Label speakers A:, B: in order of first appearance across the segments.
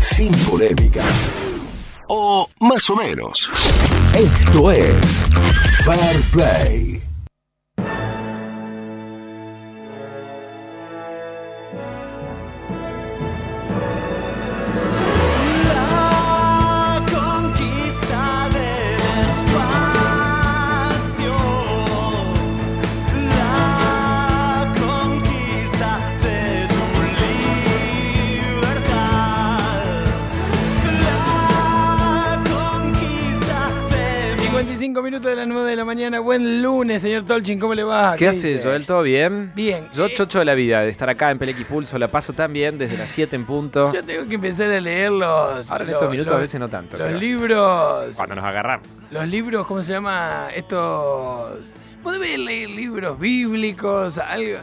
A: sin polémicas. O más o menos. Esto es Fair Play.
B: La conquista del espacio, la conquista de tu libertad, la conquista de
C: 55 minutos de las 9 de la mañana. Buen lunes, señor Tolchin. ¿Cómo le va?
D: ¿Qué hace,
C: dice?
D: Joel? ¿Todo bien?
C: Bien. Eh,
D: Yo chocho de la vida, de estar acá en Pelex Pulso, la paso tan bien desde las 7 en punto.
C: Yo tengo que empezar a leer los.
D: Ahora en
C: los-
D: estos minutos
C: los-
D: a veces no tanto.
C: Los
D: pero
C: libros.
D: Cuando nos agarramos.
C: Los libros, ¿cómo se llama? Estos. ¿Podés leer libros bíblicos? Algo.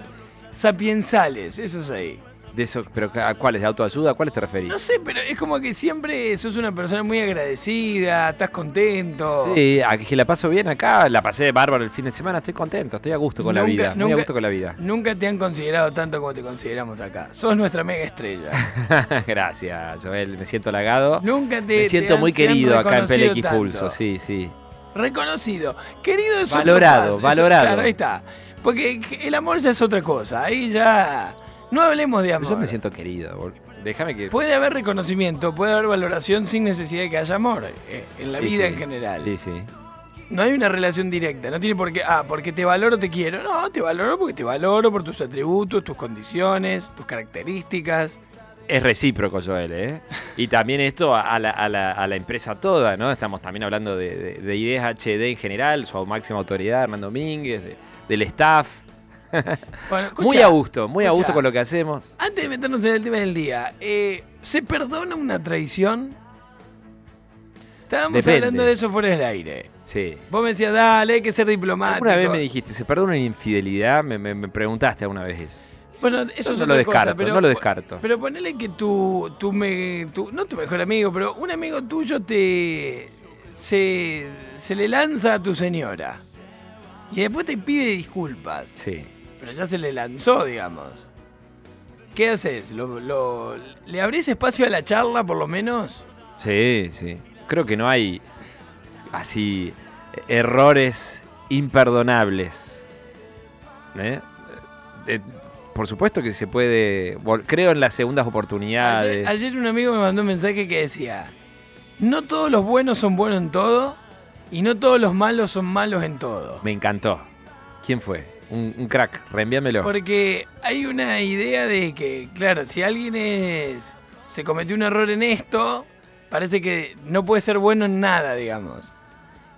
C: Sapiensales, eso es ahí.
D: De eso, pero ¿a cuáles? ¿De autoayuda? ¿A cuáles te referís?
C: No sé, pero es como que siempre sos una persona muy agradecida, estás contento.
D: Sí, a que la paso bien acá, la pasé de bárbaro el fin de semana, estoy contento, estoy a gusto con la
C: Nunca-
D: vida, muy
C: nunca-
D: a gusto con la vida.
C: Nunca te han considerado tanto como te consideramos acá. Sos nuestra mega estrella.
D: Gracias, Joel, me siento halagado.
C: Nunca te.
D: me
C: te
D: siento
C: han-
D: muy
C: te han
D: querido acá en
C: reconocido
D: Pelex
C: tanto.
D: Pulso, sí, sí.
C: Reconocido. Querido es otro
D: Valorado,
C: paso. Eso-
D: valorado.
C: Claro, ahí está. Porque el amor ya es otra cosa. Ahí ya. No hablemos de amor.
D: Yo me siento querido, bol- déjame que...
C: Puede haber reconocimiento, puede haber valoración sin necesidad de que haya amor. eh, En la
D: Sí,
C: vida
D: sí.
C: en general.
D: Sí, sí.
C: No hay una relación directa. No tiene por qué. Ah, porque te valoro, te quiero. No, te valoro porque te valoro por tus atributos, tus condiciones, tus características.
D: Es recíproco, Joel, ¿eh? Y también esto a a la, a la- a la empresa toda, ¿no? Estamos también hablando de, de- de ideas HD en general, su máxima autoridad, Hernán Domínguez, de- del staff.
C: Bueno,
D: muy
C: escuchá,
D: a gusto, muy a
C: escuchá.
D: gusto con lo que hacemos.
C: Antes de meternos en el tema del día, eh, ¿se perdona una traición? Estábamos
D: Depende.
C: hablando de eso fuera del aire.
D: Sí.
C: Vos me decías, dale, hay que ser diplomático.
D: Una vez me dijiste, ¿se perdona una infidelidad? Me, me- me preguntaste alguna vez eso.
C: Bueno, eso es otra
D: no lo
C: cosa,
D: descarto,
C: pero-
D: no lo descarto.
C: Pero ponele que tu, tu, me- tu- no tu mejor amigo, pero un amigo tuyo te se, se le lanza a tu señora. Y después te pide disculpas.
D: Sí.
C: Pero ya se le lanzó, digamos. ¿Qué haces? ¿Lo- lo- ¿Le abrís espacio a la charla, por lo menos?
D: Sí, sí. Creo que no hay así errores imperdonables. ¿Eh? Eh, por supuesto que se puede. vol- Creo en las segundas oportunidades.
C: Ayer, ayer un amigo me mandó un mensaje que decía, no todos los buenos son buenos en todo y no todos los malos son malos en todo.
D: Me encantó. ¿Quién fue? Un, un crack. Reenvíamelo.
C: Porque hay una idea de que, claro, si alguien es, se cometió un error en esto, parece que no puede ser bueno en nada, digamos.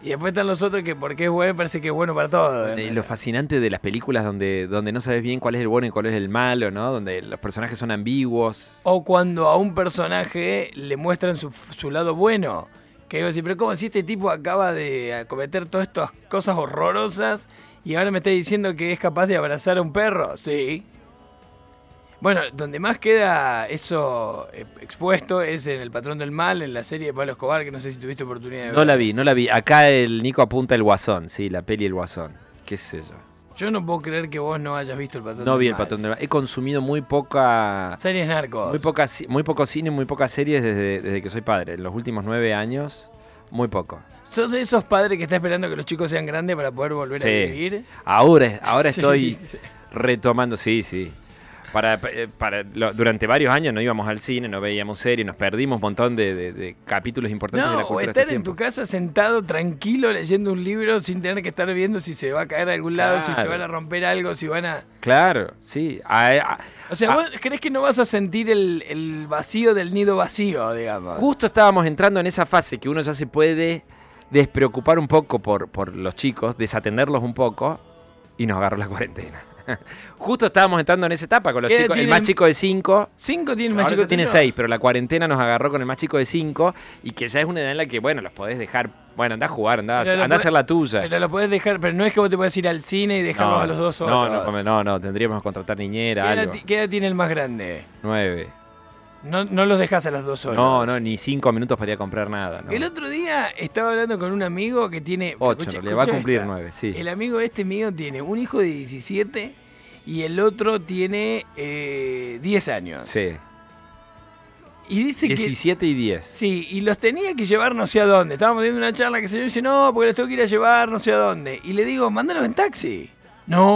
C: Y después están los otros que porque es bueno parece que es bueno para todo.
D: Eh, Lo fascinante de las películas donde, donde no sabes bien cuál es el bueno y cuál es el malo, ¿no? Donde los personajes son ambiguos.
C: O cuando a un personaje le muestran su, su lado bueno. Que digo así, pero ¿cómo si este tipo acaba de eh, cometer todas estas cosas horrorosas y ahora me está diciendo que es capaz de abrazar a un perro? Sí. Bueno, donde más queda eso eh, expuesto es en El Patrón del Mal, en la serie de Pablo Escobar, que no sé si tuviste oportunidad de ver.
D: No la vi, no la vi. Acá el Nico apunta el guasón, sí, la peli El Guasón. ¿Qué es eso?
C: Yo no puedo creer que vos no hayas visto El Patrón del Mal.
D: No vi el patrón del Mal. He consumido muy poca.
C: Series narcos.
D: Muy, poca ci- muy poco cine, muy pocas series desde, desde que soy padre. En los últimos nueve años, muy poco.
C: Sos de esos padres que está esperando que los chicos sean grandes para poder volver a
D: Sí.
C: vivir.
D: Ahora, es- ahora estoy
C: Sí, sí.
D: retomando, sí, sí. Para, eh, para lo- durante varios años no íbamos al cine, no veíamos series, nos perdimos un montón de, de- de capítulos importantes
C: No,
D: de la
C: o
D: cultura. de
C: estar
D: este
C: en tu
D: tiempo.
C: casa sentado tranquilo leyendo un libro sin tener que estar viendo si se va a caer a algún lado, si se
D: Claro.
C: van a romper algo, si van a...
D: Claro, sí. A- a-
C: O sea,
D: Ah.
C: vos crees que no vas a sentir el, el vacío del nido vacío, digamos.
D: Justo estábamos entrando en esa fase que uno ya se puede despreocupar un poco por, por los chicos, desatenderlos un poco, y nos agarró la cuarentena. Justo estábamos entrando en esa etapa con los
C: ¿Qué edad
D: chicos. El
C: tienen?
D: más chico de 5,
C: Cinco tiene más
D: ahora
C: chico
D: ya tiene
C: tuyo.
D: 6, pero la cuarentena nos agarró con el más chico de 5, y que ya es una edad en la que, bueno, los podés dejar, bueno, andá a jugar, andá,
C: Pero lo
D: andá a
C: podés-
D: hacer la tuya.
C: Pero lo podés dejar, pero no es que vos te puedas ir al cine y dejarlos
D: no,
C: a los dos solos.
D: no, no, come- no, no, tendríamos que contratar
C: ¿Qué,
D: niñera,
C: edad,
D: algo.
C: ti- qué edad tiene el más grande?
D: Nueve.
C: No, no los dejas a los dos solos.
D: No, no, ni cinco minutos para ir a comprar nada. no.
C: El otro día estaba hablando con un amigo que tiene...
D: Ocho,
C: escucha-
D: le va a
C: escucha
D: cumplir
C: esta.
D: nueve, sí.
C: El amigo este mío tiene un hijo de 17 y el otro tiene eh, 10 años.
D: Sí.
C: Y dice Este que
D: 17 y 10.
C: Sí, y los tenía que llevar no sé a dónde. Estábamos teniendo una charla que se yo dice, no, porque los tengo que ir a llevar no sé a dónde. Y le digo, mándalos en taxi.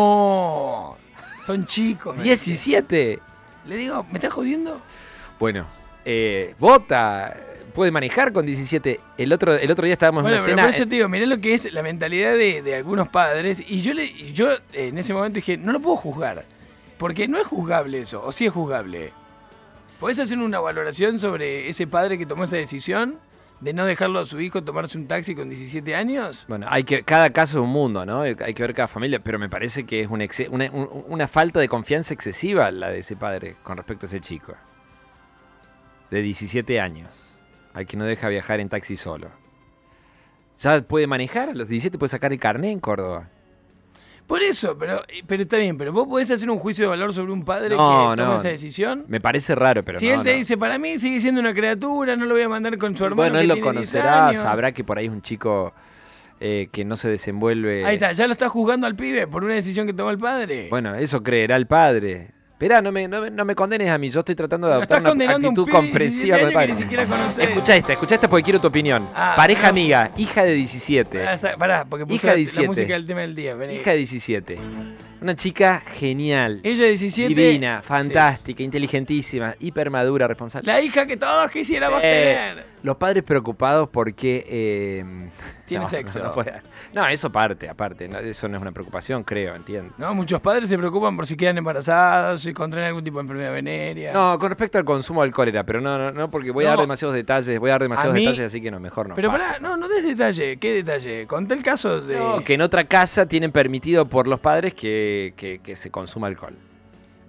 C: No, son chicos. me dice.
D: 17.
C: Le digo, ¿me estás jodiendo?
D: Bueno, eh, Bota puede manejar con 17. El otro, el otro día estábamos
C: Bueno,
D: en
C: pero
D: una
C: por
D: cena. eh,
C: eso te digo, mirá lo que es la mentalidad de, de algunos padres. Y yo, le, y yo eh, en ese momento dije, no lo puedo juzgar. Porque no es juzgable eso, o sí es juzgable. ¿Podés hacer una valoración sobre ese padre que tomó esa decisión de no dejarlo a su hijo tomarse un taxi con 17 años?
D: Bueno, hay que, cada caso es un mundo, ¿no? Hay que ver cada familia, pero me parece que es un exce- una, un- una falta de confianza excesiva la de ese padre con respecto a ese chico. De 17 años, al que no deja viajar en taxi solo. Ya puede manejar, a los 17 puede sacar el carnet en Córdoba.
C: Por eso, pero, pero está bien, pero vos podés hacer un juicio de valor sobre un padre
D: No,
C: que toma
D: no.
C: esa decisión.
D: Me parece raro, pero
C: si
D: no,
C: él te
D: no.
C: dice, para mí sigue siendo una criatura, no lo voy a mandar con su hermano.
D: bueno, él
C: que
D: lo
C: tiene 10
D: conocerá,
C: años".
D: sabrá que por ahí es un chico eh, que no se desenvuelve.
C: Ahí está, ya lo está juzgando al pibe por una decisión que tomó el padre.
D: Bueno, eso creerá el padre. Esperá, no me, no, me- no me condenes a mí. Yo estoy tratando de
C: Lo
D: adoptar
C: estás
D: una
C: condenando a un
D: actitud
C: pibe de 17
D: comprensiva con
C: años
D: el
C: que
D: padre.
C: ni siquiera conocés.
D: Escucha esta, escucha esta este, porque quiero tu opinión.
C: Ah,
D: Pareja
C: no.
D: amiga, hija de 17.
C: Pará, Ah, sa- pará, porque puso
D: Este, Hija
C: la, la
D: 17.
C: música del tema del día. vení.
D: Hija de 17. Una chica genial,
C: Ella 17.
D: divina,
C: Sí.
D: fantástica, inteligentísima, hipermadura, responsable.
C: La hija que todos quisiéramos
D: Eh,
C: tener.
D: Los padres preocupados porque... eh,
C: Tiene
D: no,
C: sexo.
D: No, no puede- no, eso parte, aparte. no, eso no es una preocupación, creo, entiendo.
C: No, muchos padres se preocupan por si quedan embarazados, si contraen algún tipo de enfermedad venérea.
D: No, con respecto al consumo de alcohol era, pero no, no, no, porque voy a
C: No.
D: dar demasiados detalles, voy a dar demasiados
C: mí-
D: detalles, así que no, mejor no.
C: Pero
D: paso,
C: pará,
D: paso.
C: no, no des detalle. ¿Qué detalle? Conté el caso de.
D: No, que en otra casa tienen permitido por los padres que, que- que se consuma alcohol.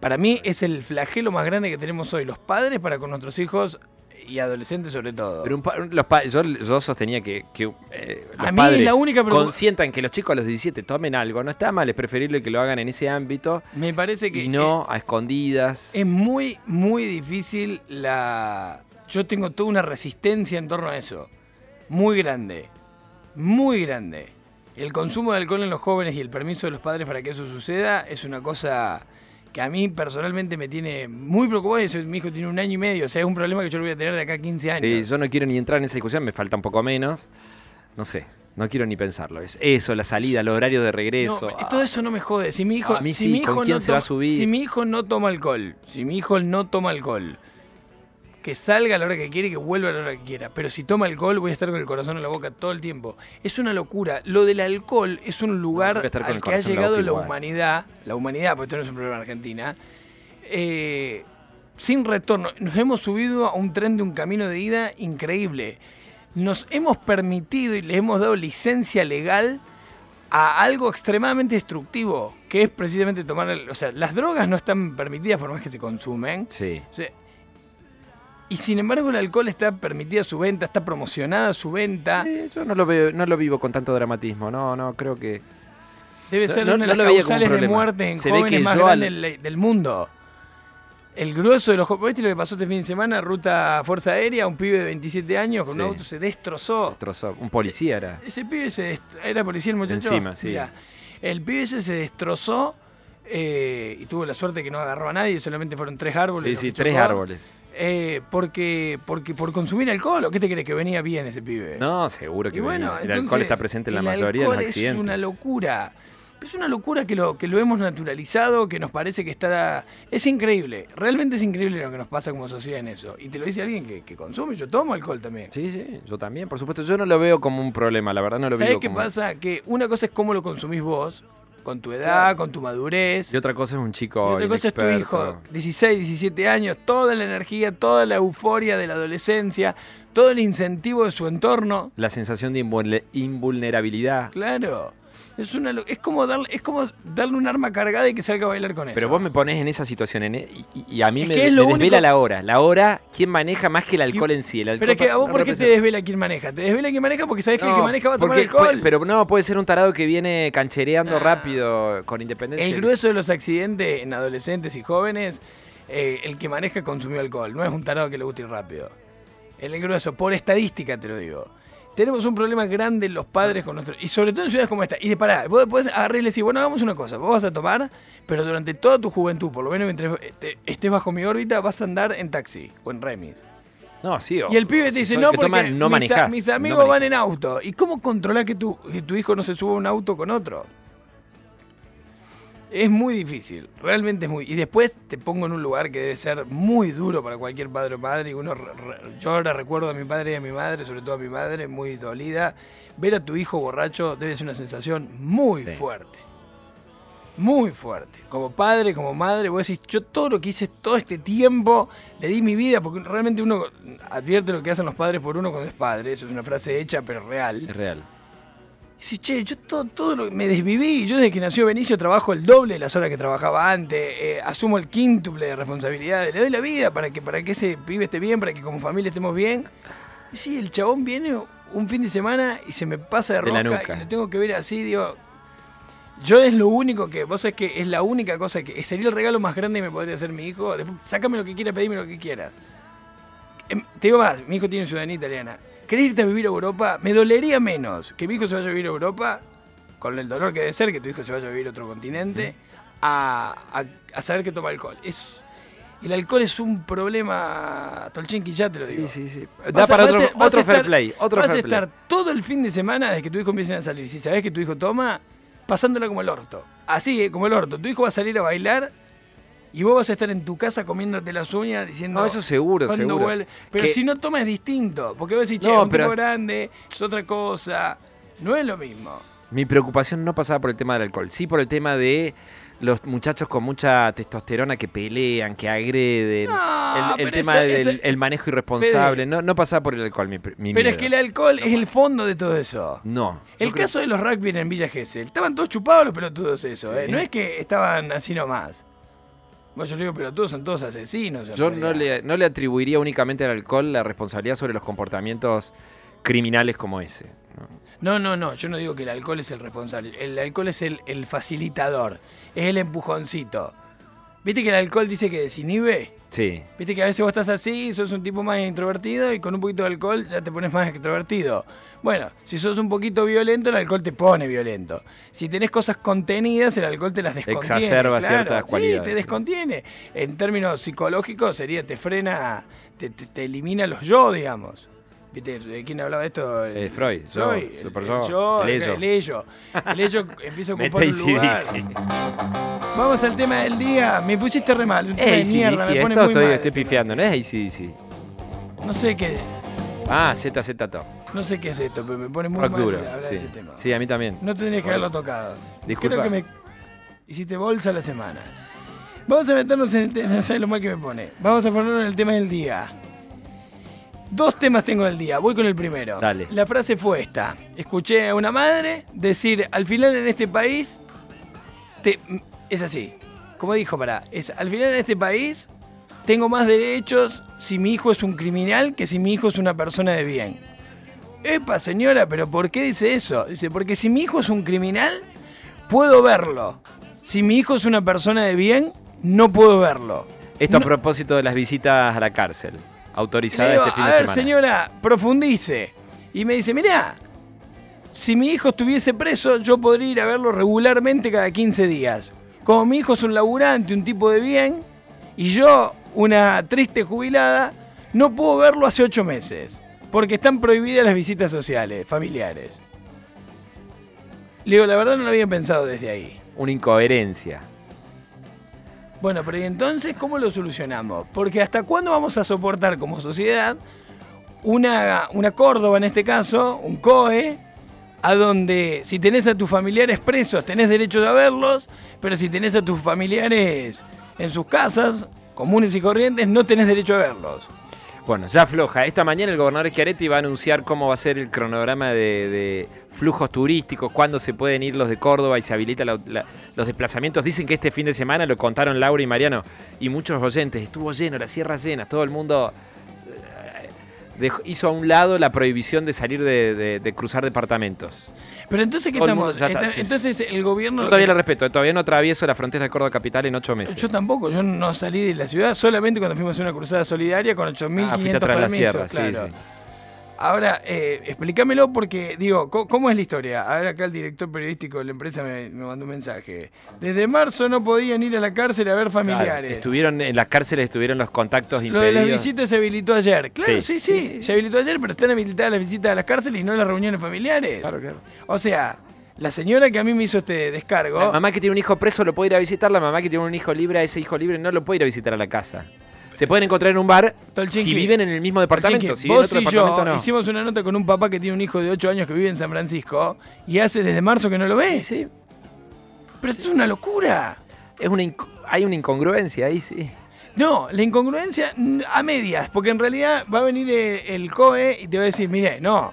C: Para mí es el flagelo más grande que tenemos hoy, los padres para con nuestros hijos y adolescentes sobre todo.
D: Pero un pa- los pa- yo, yo sostenía que, que, eh, los
C: A mí
D: padres
C: la única preocup-
D: consientan que los chicos a los 17 tomen algo. No está mal, es preferible que lo hagan en ese ámbito
C: Me parece que eh,
D: y no a escondidas.
C: es, es muy, muy difícil la... Yo tengo toda una resistencia en torno a eso. Muy grande. Muy grande. El consumo de alcohol en los jóvenes y el permiso de los padres para que eso suceda es una cosa que a mí personalmente me tiene muy preocupado. Y eso, mi hijo tiene un año y medio, o sea, es un problema que yo lo voy a tener de acá a 15 años.
D: Sí, yo no quiero ni entrar en esa discusión, me falta un poco menos. No sé, no quiero ni pensarlo. Es eso, la salida, el horario de regreso.
C: No, todo eso no me jode. Si mi hijo,
D: A mí
C: si
D: sí,
C: mi
D: ¿con
C: hijo
D: quién
C: no
D: se va a
C: toma-
D: subir?
C: Si mi hijo no toma alcohol, si mi hijo no toma alcohol, que salga a la hora que quiere y que vuelva a la hora que quiera. Pero si toma alcohol, voy a estar con el corazón en la boca todo el tiempo. Es una locura. Lo del alcohol es un lugar
D: Voy a estar con
C: al
D: el
C: que ha
D: corazón en la
C: llegado
D: boca
C: la
D: igual.
C: humanidad, la humanidad, porque esto no es un problema de Argentina, eh, sin retorno. Nos hemos subido a un tren de un camino de ida increíble. Nos hemos permitido y le hemos dado licencia legal a algo extremadamente destructivo, que es precisamente tomar... el- o sea, las drogas no están permitidas por más que se consumen.
D: Ah, Sí.
C: O sea, y sin embargo el alcohol está permitida su venta, está promocionada su venta.
D: Eh, yo no lo, veo, no lo vivo con tanto dramatismo. No, no, creo que.
C: Debe
D: No,
C: ser
D: no,
C: una de
D: no lo
C: las
D: veía como
C: causales de
D: problema.
C: muerte en
D: Se ve
C: jóvenes
D: que
C: más
D: yo al-
C: grandes del, del mundo. El grueso de los jóvenes, ¿viste lo que pasó este fin de semana? Ruta Fuerza Aérea, un pibe de 27 años con
D: Sí.
C: un auto se destrozó.
D: destrozó. Un policía era.
C: Ese pibe se dest- era policía el muchacho.
D: Encima, sí.
C: Mirá, el pibe ese se destrozó eh, y tuvo la suerte que no agarró a nadie, solamente fueron tres árboles.
D: Sí,
C: los
D: sí,
C: que
D: tres
C: chocó.
D: árboles.
C: Eh, porque, porque por consumir alcohol, ¿o qué te crees que venía bien ese pibe?
D: No, seguro que
C: Y bueno,
D: venía. El
C: entonces,
D: alcohol está presente en la
C: el
D: mayoría de los
C: alcohol
D: accidentes.
C: Es una locura. Es una locura que lo, que lo hemos naturalizado, que nos parece que está. Es increíble. Realmente es increíble lo que nos pasa como sociedad en eso. Y te lo dice alguien que, que consume. Yo tomo alcohol también.
D: Sí, sí, yo también, por supuesto. Yo no lo veo como un problema, la verdad no lo
C: ¿Sabés
D: veo
C: qué
D: como.
C: pasa? Que una cosa es cómo lo consumís vos, con tu edad, con tu madurez.
D: Y otra cosa es un chico.
C: Y otra cosa es tu hijo,
D: inexperto.
C: 16, 17 años, toda la energía, toda la euforia de la adolescencia, todo el incentivo de su entorno.
D: La sensación de invulne- invulnerabilidad.
C: Claro. Es una lo- es como darle, es como darle un arma cargada y que salga a bailar con eso.
D: Pero vos me pones en esa situación en e- y, y- y a mí
C: Es
D: me,
C: que es
D: me
C: lo
D: desvela
C: único-
D: la hora. La hora, ¿quién maneja más que el alcohol en sí? El alcohol
C: Pero es que a vos
D: no
C: por qué te
D: representa-
C: desvela quién maneja? Te desvela quién maneja porque sabés que el
D: No,
C: que maneja va a tomar
D: porque-
C: alcohol. Ah.
D: pu- Pero no, puede ser un tarado que viene canchereando rápido con independencia.
C: el
D: del-
C: grueso de los accidentes en adolescentes y jóvenes, eh, el que maneja consumió alcohol, no es un tarado que le guste ir rápido. El grueso, por estadística te lo digo. Tenemos un problema grande los padres con nuestros. Y sobre todo en ciudades como esta. Y de pará, vos después agarrás y le decís, bueno, hagamos una cosa, vos vas a tomar, pero durante toda tu juventud, por lo menos mientras eh, te- estés bajo mi órbita, vas a andar en taxi o en remis.
D: No, sí. o-
C: Y el pibe te
D: si
C: dice,
D: sos
C: no,
D: el que
C: porque
D: toma, no
C: mis, a-
D: manejás,
C: mis
D: no
C: amigos
D: manejás".
C: van en auto. ¿Y cómo controlás que tu, que tu hijo no se suba a un auto con otro? Es muy difícil, realmente es muy... Y después te pongo en un lugar que debe ser muy duro para cualquier padre o madre. Y uno, re- re- yo ahora recuerdo a mi padre y a mi madre, sobre todo a mi madre, muy dolida. Ver a tu hijo borracho debe ser una sensación muy
D: Sí.
C: fuerte. Muy fuerte. Como padre, como madre, vos decís, yo todo lo que hice todo este tiempo, le di mi vida, porque realmente uno advierte lo que hacen los padres por uno cuando es padre. Eso es una frase hecha, pero real.
D: Es real.
C: Dice, che, yo todo, todo lo- me desviví. Yo desde que nació Benicio trabajo el doble de las horas que trabajaba antes. eh, asumo el quíntuple de responsabilidades. Le doy la vida para que, para que ese pibe esté bien, para que como familia estemos bien. Y sí, el chabón viene un fin de semana y se me pasa de
D: De la
C: roca
D: nuca.
C: y lo tengo que ver así, digo. Yo es lo único que, vos sabés que es la única cosa que sería el regalo más grande que me podría hacer mi hijo. Después, sácame lo que quiera, pedime lo que quieras. Em, Te digo más, mi hijo tiene ciudadanía italiana. ¿Querés irte a vivir a Europa? Me dolería menos que mi hijo se vaya a vivir a Europa, con el dolor que debe ser que tu hijo se vaya a vivir a otro continente, a, a- a saber que toma alcohol. Es, el alcohol es un problema, Tolchenki, ya te lo digo.
D: Sí, sí, sí. Da
C: Vas a-
D: para
C: vas
D: otro,
C: a- vas a
D: otro fair
C: estar-
D: play. Otro
C: vas
D: fair
C: a
D: play.
C: estar todo el fin de semana desde que tu hijo empiecen a salir. Si sabes que tu hijo toma, pasándola como el orto. Así, eh, como el orto. Tu hijo va a salir a bailar y vos vas a estar en tu casa comiéndote las uñas diciendo.
D: No, eso seguro,
C: "¿Cuándo
D: seguro.
C: vuelve?". Pero
D: Que-
C: si no toma es distinto. Porque vos decís, che,
D: No,
C: es un
D: pero-
C: tipo grande, es otra cosa. No es lo mismo.
D: Mi preocupación no pasaba por el tema del alcohol, sí por el tema de los muchachos con mucha testosterona que pelean, que agreden,
C: No,
D: el-
C: pero
D: el, tema
C: eso- eso-
D: del el manejo irresponsable.
C: Fede.
D: No, no pasaba por el alcohol mi, pr- mi
C: Pero es
D: miedo.
C: que el alcohol es el fondo de todo eso.
D: No. yo
C: El
D: creo-
C: caso de los rugby en Villa Gesell, estaban todos chupados los pelotudos eso,
D: Sí.
C: ¿eh? No es que estaban así nomás. Bueno, yo le digo pelotudos, son todos asesinos. en
D: Yo no
C: realidad.
D: le, no le atribuiría únicamente al alcohol la responsabilidad sobre los comportamientos criminales como ese.
C: No,
D: ¿no?
C: no, no, yo no digo que el alcohol es el responsable. El alcohol es el, el facilitador, es el empujoncito. ¿Viste que el alcohol dice que desinhibe?
D: Sí.
C: Viste que a veces vos estás así, sos un tipo más introvertido y con un poquito de alcohol ya te pones más extrovertido. Bueno, si sos un poquito violento, el alcohol te pone violento. Si tenés cosas contenidas, el alcohol te las descontiene.
D: Exacerba
C: claro.
D: ciertas
C: Sí,
D: cualidades,
C: te
D: sí.
C: descontiene. En términos psicológicos sería, te frena, te, te- te elimina los yo, digamos. ¿Viste? ¿De ¿Quién hablaba de esto? El-
D: Eh, Freud, yo,
C: el-
D: super
C: el
D: yo, el
C: el
D: ello.
C: el ello. El ello empieza a ocupar un lugar.
D: ACDC.
C: Vamos al tema del día. Me pusiste re mal. Un tema de
D: Es
C: mierda,
D: ACDC,
C: me pone
D: esto
C: muy
D: estoy,
C: mal.
D: estoy pifiando, no es ACDC.
C: No sé qué,
D: Ah, ZZ Top.
C: no sé qué es esto, pero me pone muy
D: Rock
C: mal
D: duro.
C: hablar
D: Sí.
C: de ese tema.
D: Sí, a mí también.
C: No tendrías que
D: Por
C: haberlo
D: eso.
C: tocado.
D: Disculpa.
C: Creo que me hiciste bolsa la semana. Vamos a meternos en el tema, no sabes lo mal que me pone. Vamos a ponernos en el tema del día. Dos temas tengo del día, voy con el primero.
D: Dale.
C: La frase fue esta. Escuché a una madre decir, al final en este país, te- es así. Como dijo, para, es, al final en este país tengo más derechos si mi hijo es un criminal que si mi hijo es una persona de bien. Epa, señora, pero ¿por qué dice eso? Dice, porque si mi hijo es un criminal, puedo verlo. Si mi hijo es una persona de bien, no puedo verlo.
D: Esto
C: No-
D: a propósito de las visitas a la cárcel,
C: Y le
D: autorizada
C: digo,
D: este fin
C: a
D: de
C: ver,
D: semana.
C: señora, profundice. Y me dice, mirá, si mi hijo estuviese preso, yo podría ir a verlo regularmente cada 15 días. Como mi hijo es un laburante, un tipo de bien, y yo, una triste jubilada, no puedo verlo hace 8 meses. Porque están prohibidas las visitas sociales, familiares. Le digo, la verdad no lo había pensado desde ahí.
D: Una incoherencia.
C: Bueno, pero ¿y entonces cómo lo solucionamos? Porque ¿hasta cuándo vamos a soportar como sociedad una, una Córdoba en este caso, un COE, a donde si tenés a tus familiares presos tenés derecho a verlos, pero si tenés a tus familiares en sus casas, comunes y corrientes, no tenés derecho a verlos?
D: Bueno, ya floja. Esta mañana el gobernador Schiaretti va a anunciar cómo va a ser el cronograma de, de flujos turísticos, cuándo se pueden ir los de Córdoba y se habilitan la- la- los desplazamientos. Dicen que este fin de semana lo contaron Laura y Mariano y muchos oyentes. Estuvo lleno, la sierra llena, todo el mundo eh, dejó- hizo a un lado la prohibición de salir de, de- de cruzar departamentos.
C: Pero entonces, ¿qué
D: Todo el
C: estamos?
D: mundo ya está,
C: Esta-
D: sí, sí.
C: entonces el gobierno...
D: Yo
C: lo
D: todavía
C: que-
D: la respeto, eh, todavía no atravieso la frontera de Córdoba Capital en ocho meses.
C: Yo tampoco, yo no salí de la ciudad solamente cuando fuimos a una cruzada solidaria con
D: Ah,
C: 8.500
D: fuiste atrás de la
C: permisos,
D: sierra, sí,
C: claro.
D: sí.
C: Ahora, eh, explícamelo porque, digo, co- ¿cómo es la historia? A ver, acá el director periodístico de la empresa me, me mandó un mensaje. Desde marzo no podían ir a la cárcel a ver
D: Claro,
C: familiares.
D: estuvieron en las cárceles, estuvieron los contactos
C: Lo de las
D: impedidos.
C: visitas se habilitó ayer. Claro, sí, sí,
D: Sí, sí, sí.
C: Se habilitó ayer, pero están habilitadas las visitas a las cárceles y no las reuniones familiares.
D: Claro, claro.
C: O sea, la señora que a mí me hizo este descargo.
D: La mamá que tiene un hijo preso lo puede ir a visitar, la mamá que tiene un hijo libre, a ese hijo libre no lo puede ir a visitar a la casa. Se pueden encontrar en un bar
C: Tolchinqui.
D: si viven en el mismo departamento,
C: Chinqui,
D: si viven en
C: vos
D: otro
C: y yo
D: departamento no.
C: hicimos una nota con un papá que tiene un hijo de 8 años que vive en San Francisco y hace desde marzo que no lo ve.
D: Sí, sí.
C: Pero esto es una locura.
D: Es una inc- hay una incongruencia ahí, sí.
C: No, la incongruencia mm, a medias, porque en realidad va a venir eh, el COE y te va a decir, mire, no,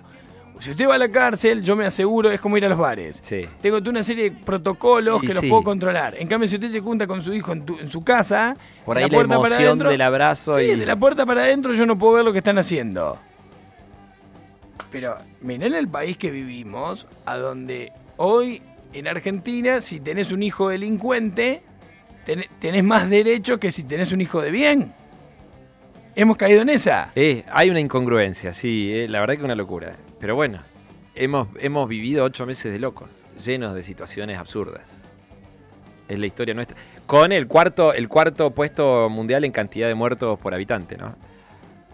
C: si usted va a la cárcel, yo me aseguro, es como ir a los bares.
D: Sí.
C: Tengo toda una serie de protocolos
D: Y
C: que los
D: sí.
C: puedo controlar. En cambio, si usted se junta con su hijo en, tu- en su casa,
D: Por
C: de
D: ahí la,
C: puerta para
D: emoción
C: adentro-
D: del abrazo
C: Sí,
D: y
C: de la puerta para adentro yo no puedo ver lo que están haciendo. Pero miren el país que vivimos, a donde hoy en Argentina, si tenés un hijo delincuente, ten- tenés más derechos que si tenés un hijo de bien. Hemos caído en esa.
D: Eh, hay una incongruencia, sí, eh, la verdad que una locura. Pero bueno, hemos, hemos vivido ocho meses de locos, llenos de situaciones absurdas. Es la historia nuestra. Con el cuarto, el cuarto puesto mundial en cantidad de muertos por habitante, ¿no?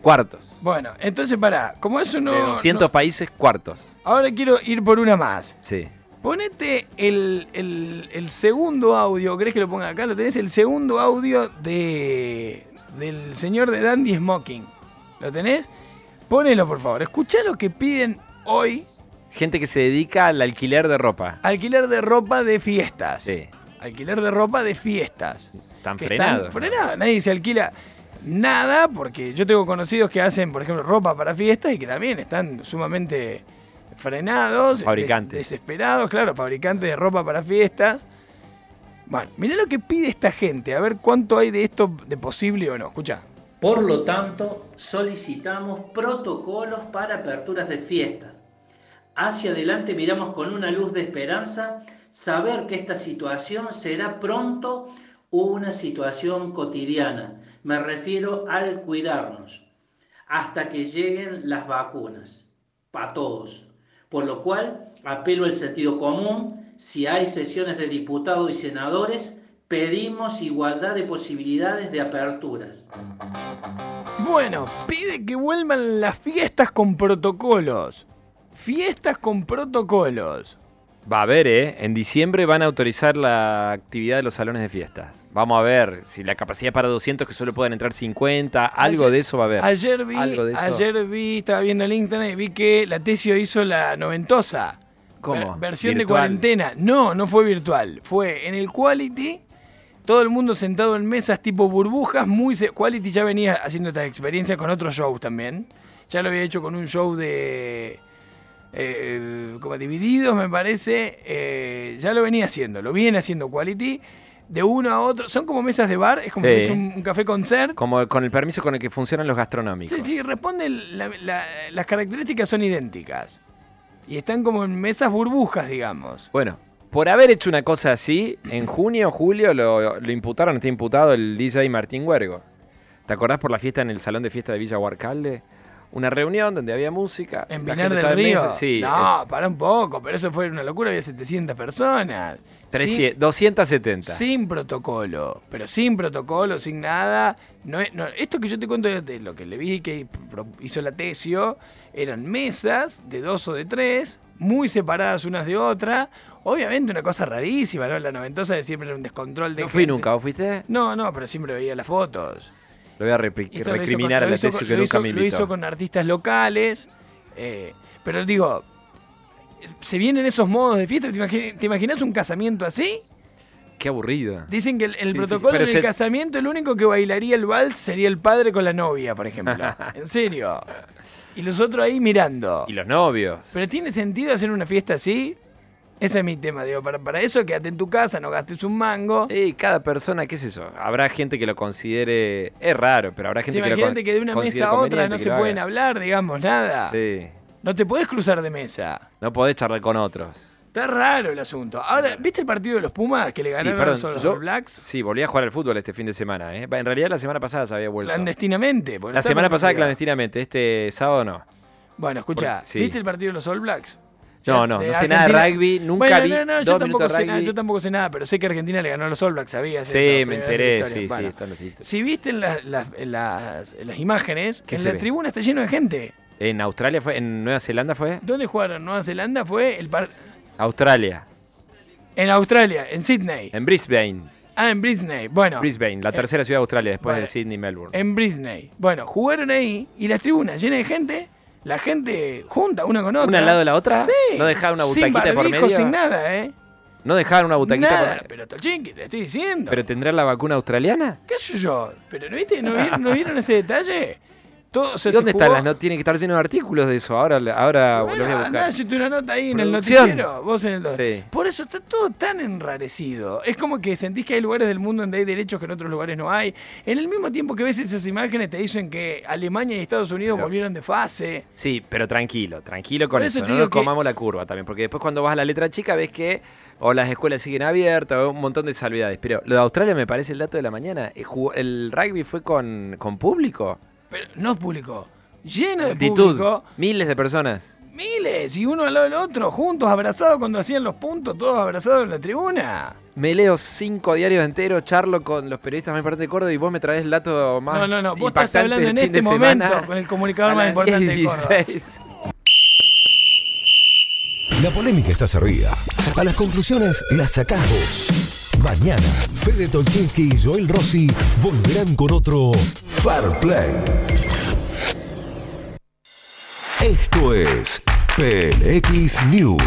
D: Cuartos.
C: Bueno, entonces pará, como eso
D: de
C: no...
D: 200
C: no-
D: países, cuartos.
C: ahora quiero ir por una más.
D: Sí.
C: Ponete el, el- el segundo audio, ¿crees que lo ponga acá? Lo tenés, el segundo audio de del señor de Dandy Smoking. ¿Lo tenés? Ponelo, por favor. Escuchá lo que piden hoy
D: Gente que se dedica al alquiler de
C: Ah,
D: ropa.
C: alquiler de ropa de fiestas.
D: Sí.
C: Alquiler de ropa de fiestas.
D: Están
C: que
D: frenados.
C: Están frenados. Nadie se alquila nada porque yo tengo conocidos que hacen, por ejemplo, ropa para fiestas y que también están sumamente frenados.
D: Fabricantes.
C: des- desesperados, claro, fabricantes de ropa para fiestas. Bueno, mirá lo que pide esta gente, a ver cuánto hay de esto de posible o no. Escucha.
E: Por lo tanto, solicitamos protocolos para aperturas de fiestas. Hacia adelante miramos con una luz de esperanza saber que esta situación será pronto una situación cotidiana. Me refiero al cuidarnos hasta que lleguen las vacunas para todos. Por lo cual, apelo al sentido común, si hay sesiones de diputados y senadores, pedimos igualdad de posibilidades de aperturas.
C: Bueno, pide que vuelvan las fiestas con protocolos. Fiestas con protocolos.
D: Va a ver, ¿eh? En diciembre van a autorizar la actividad de los salones de fiestas. Vamos a ver si la capacidad para 200 que solo puedan entrar 50, algo
C: Ayer-
D: de eso va a haber.
C: Ayer vi,
D: Algo de eso.
C: ayer vi, estaba viendo el internet y vi que la Tesio hizo la noventosa.
D: ¿Cómo?
C: Ver- versión de
D: Virtual.
C: cuarentena. No, no fue virtual. Fue en el Quality, todo el mundo sentado en mesas tipo burbujas, muy... se- Quality ya venía haciendo estas experiencias con otros shows también. Ya lo había hecho con un show de... eh, como divididos, me parece. eh, ya lo venía haciendo, lo viene haciendo Quality. De uno a otro. Son como mesas de bar, es como
D: Sí.
C: si fuese un, un café concert.
D: Como con el permiso con el que funcionan los gastronómicos.
C: Sí, sí, responde. la- la- las características son idénticas. Y están como en mesas burbujas, digamos.
D: Bueno, por haber hecho una cosa así, en junio, julio lo, lo imputaron, está imputado el DJ Martín Huergo. ¿Te acordás por la fiesta en el salón de fiesta de Villa Huarcalde? Una reunión donde había música.
C: ¿En
D: la
C: Pinar
D: gente
C: del
D: estaba en
C: Río?
D: mesa. Sí,
C: No, pará un poco, pero eso fue una locura, había 700 personas.
D: es 300, 270.
C: Sin, sin protocolo, pero sin protocolo, sin nada. No, es- no, esto que yo te cuento de lo que le vi que pro- hizo la Tesio, eran mesas de dos o de tres, muy separadas unas de otras. Obviamente una cosa rarísima, ¿no? La noventosa de siempre era un descontrol de
D: No fui
C: gente.
D: nunca, ¿vos fuiste?
C: No, no, pero siempre veía las fotos.
D: Lo voy a repri-
C: Esto lo hizo
D: recriminar
C: con-
D: a
C: lo
D: la
C: hizo
D: tesis
C: con-
D: que
C: lo
D: nunca
C: hizo-
D: me
C: Lo
D: invitó.
C: hizo con artistas locales. eh, pero digo, se vienen esos modos de fiesta. ¿Te, imagi- te imaginas un casamiento así?
D: Qué aburrido.
C: Dicen que el, el
D: Sí, sí,
C: protocolo
D: pero
C: en el
D: se-
C: casamiento, el único que bailaría el vals sería el padre con la novia, por ejemplo. en serio. Y los otros ahí mirando.
D: Y los novios.
C: Pero ¿tiene sentido hacer una fiesta así? Ese es mi tema, digo. Para, para eso, quédate en tu casa, no gastes un mango.
D: Y cada persona, qué sé yo, habrá gente que lo considere... Es raro, pero habrá
C: Sí,
D: gente que lo con-
C: imagínate que de una
D: considere
C: mesa a otra
D: conveniente
C: no
D: que
C: se
D: lo haga.
C: pueden hablar, digamos, nada.
D: Sí,
C: No te podés cruzar de mesa.
D: no podés charlar con otros.
C: Está raro el asunto. Ahora, ¿viste el partido de los Pumas que le
D: Sí,
C: ganaron
D: perdón,
C: a los
D: yo-
C: All Blacks?
D: Sí, volví a jugar al fútbol este fin de semana. ¿eh? En realidad la semana pasada ya había vuelto.
C: Clandestinamente. porque no
D: La
C: está
D: semana pasada
C: permitido.
D: clandestinamente, este sábado no.
C: Bueno, escucha,
D: Porque- sí.
C: ¿viste el partido de los All Blacks?
D: No, no,
C: de
D: no sé nada de
C: Argentina.
D: rugby, nunca
C: Bueno,
D: vi
C: No, no,
D: dos
C: yo
D: minutos
C: tampoco,
D: de
C: sé nada,
D: rugby.
C: yo tampoco sé nada, pero sé que Argentina le ganó a los All Blacks, ¿sabías?
D: Sí,
C: eso?
D: me
C: Primera vez en la
D: enteré,
C: historia.
D: sí,
C: Bueno,
D: sí, están los títulos.
C: Si viste en las, las- en las- en las imágenes,
D: ¿Qué
C: en
D: se
C: la
D: ve?
C: tribuna está lleno de gente.
D: En Australia fue, en Nueva Zelanda fue,
C: ¿Dónde jugaron? Nueva Zelanda fue el par-
D: Australia,
C: en Australia, en Sydney.
D: en Brisbane,
C: Ah, en Brisbane. Bueno,
D: Brisbane, la
C: Eh,
D: tercera ciudad de Australia después
C: vale.
D: de Sydney y Melbourne.
C: en Brisbane. Bueno, jugaron ahí y las tribunas llenas de gente, la gente junta una con otra.
D: ¿Una al lado de la otra?
C: Sí.
D: ¿No dejaban una
C: sin
D: butaquita de por
C: barbijo,
D: medio?
C: sin nada, ¿eh?
D: No dejaron una butaquita por-
C: nada, pero Tolchinki, te estoy diciendo.
D: ¿Pero tendrán la vacuna australiana?
C: ¿Qué sé yo? ¿Pero no viste? ¿No vieron, no vieron ese detalle? Todo, o sea,
D: ¿Y ¿Dónde
C: se
D: están
C: jugó-
D: las notas? Tiene que estar lleno de artículos de eso. Ahora,
C: Bueno,
D: ahora Ah, lo voy a
C: andá,
D: buscar.
C: hacete una nota ahí en el
D: Producción.
C: noticiero. Vos en el...
D: Sí.
C: Por eso está todo tan enrarecido. Es como que sentís que hay lugares del mundo donde hay derechos que en otros lugares no hay. En el mismo tiempo que ves esas imágenes te dicen que Alemania y Estados Unidos
D: Pero-
C: volvieron de fase.
D: Sí, pero tranquilo, tranquilo con
C: Por
D: eso.
C: eso te
D: no
C: digo
D: nos
C: que-
D: comamos la curva también, porque después cuando vas a la letra chica ves que o las escuelas siguen abiertas o un montón de salvedades. Pero lo de Australia me parece el dato de la mañana. Eh, jugó- ¿El rugby fue con, con público?
C: Pero no es público. Lleno de
D: Multitud,
C: público.
D: miles de personas.
C: Miles. Y uno al lado del otro, juntos, abrazados cuando hacían los puntos, todos abrazados en la tribuna.
D: Me leo cinco diarios enteros, charlo con los periodistas más importantes de Córdoba y vos me traes el dato más
C: No, no, no. Vos estás
D: impactante
C: hablando
D: del
C: en
D: fin
C: este
D: de semana.
C: momento con el comunicador
D: A
C: más
D: las
C: importante de
D: 10 y
C: Córdoba.
D: 16.
A: La polémica está servida. A las conclusiones las sacamos. Mañana, Fede Tolchinsky y Joel Rossi volverán con otro Fair Play. Esto es PLX News.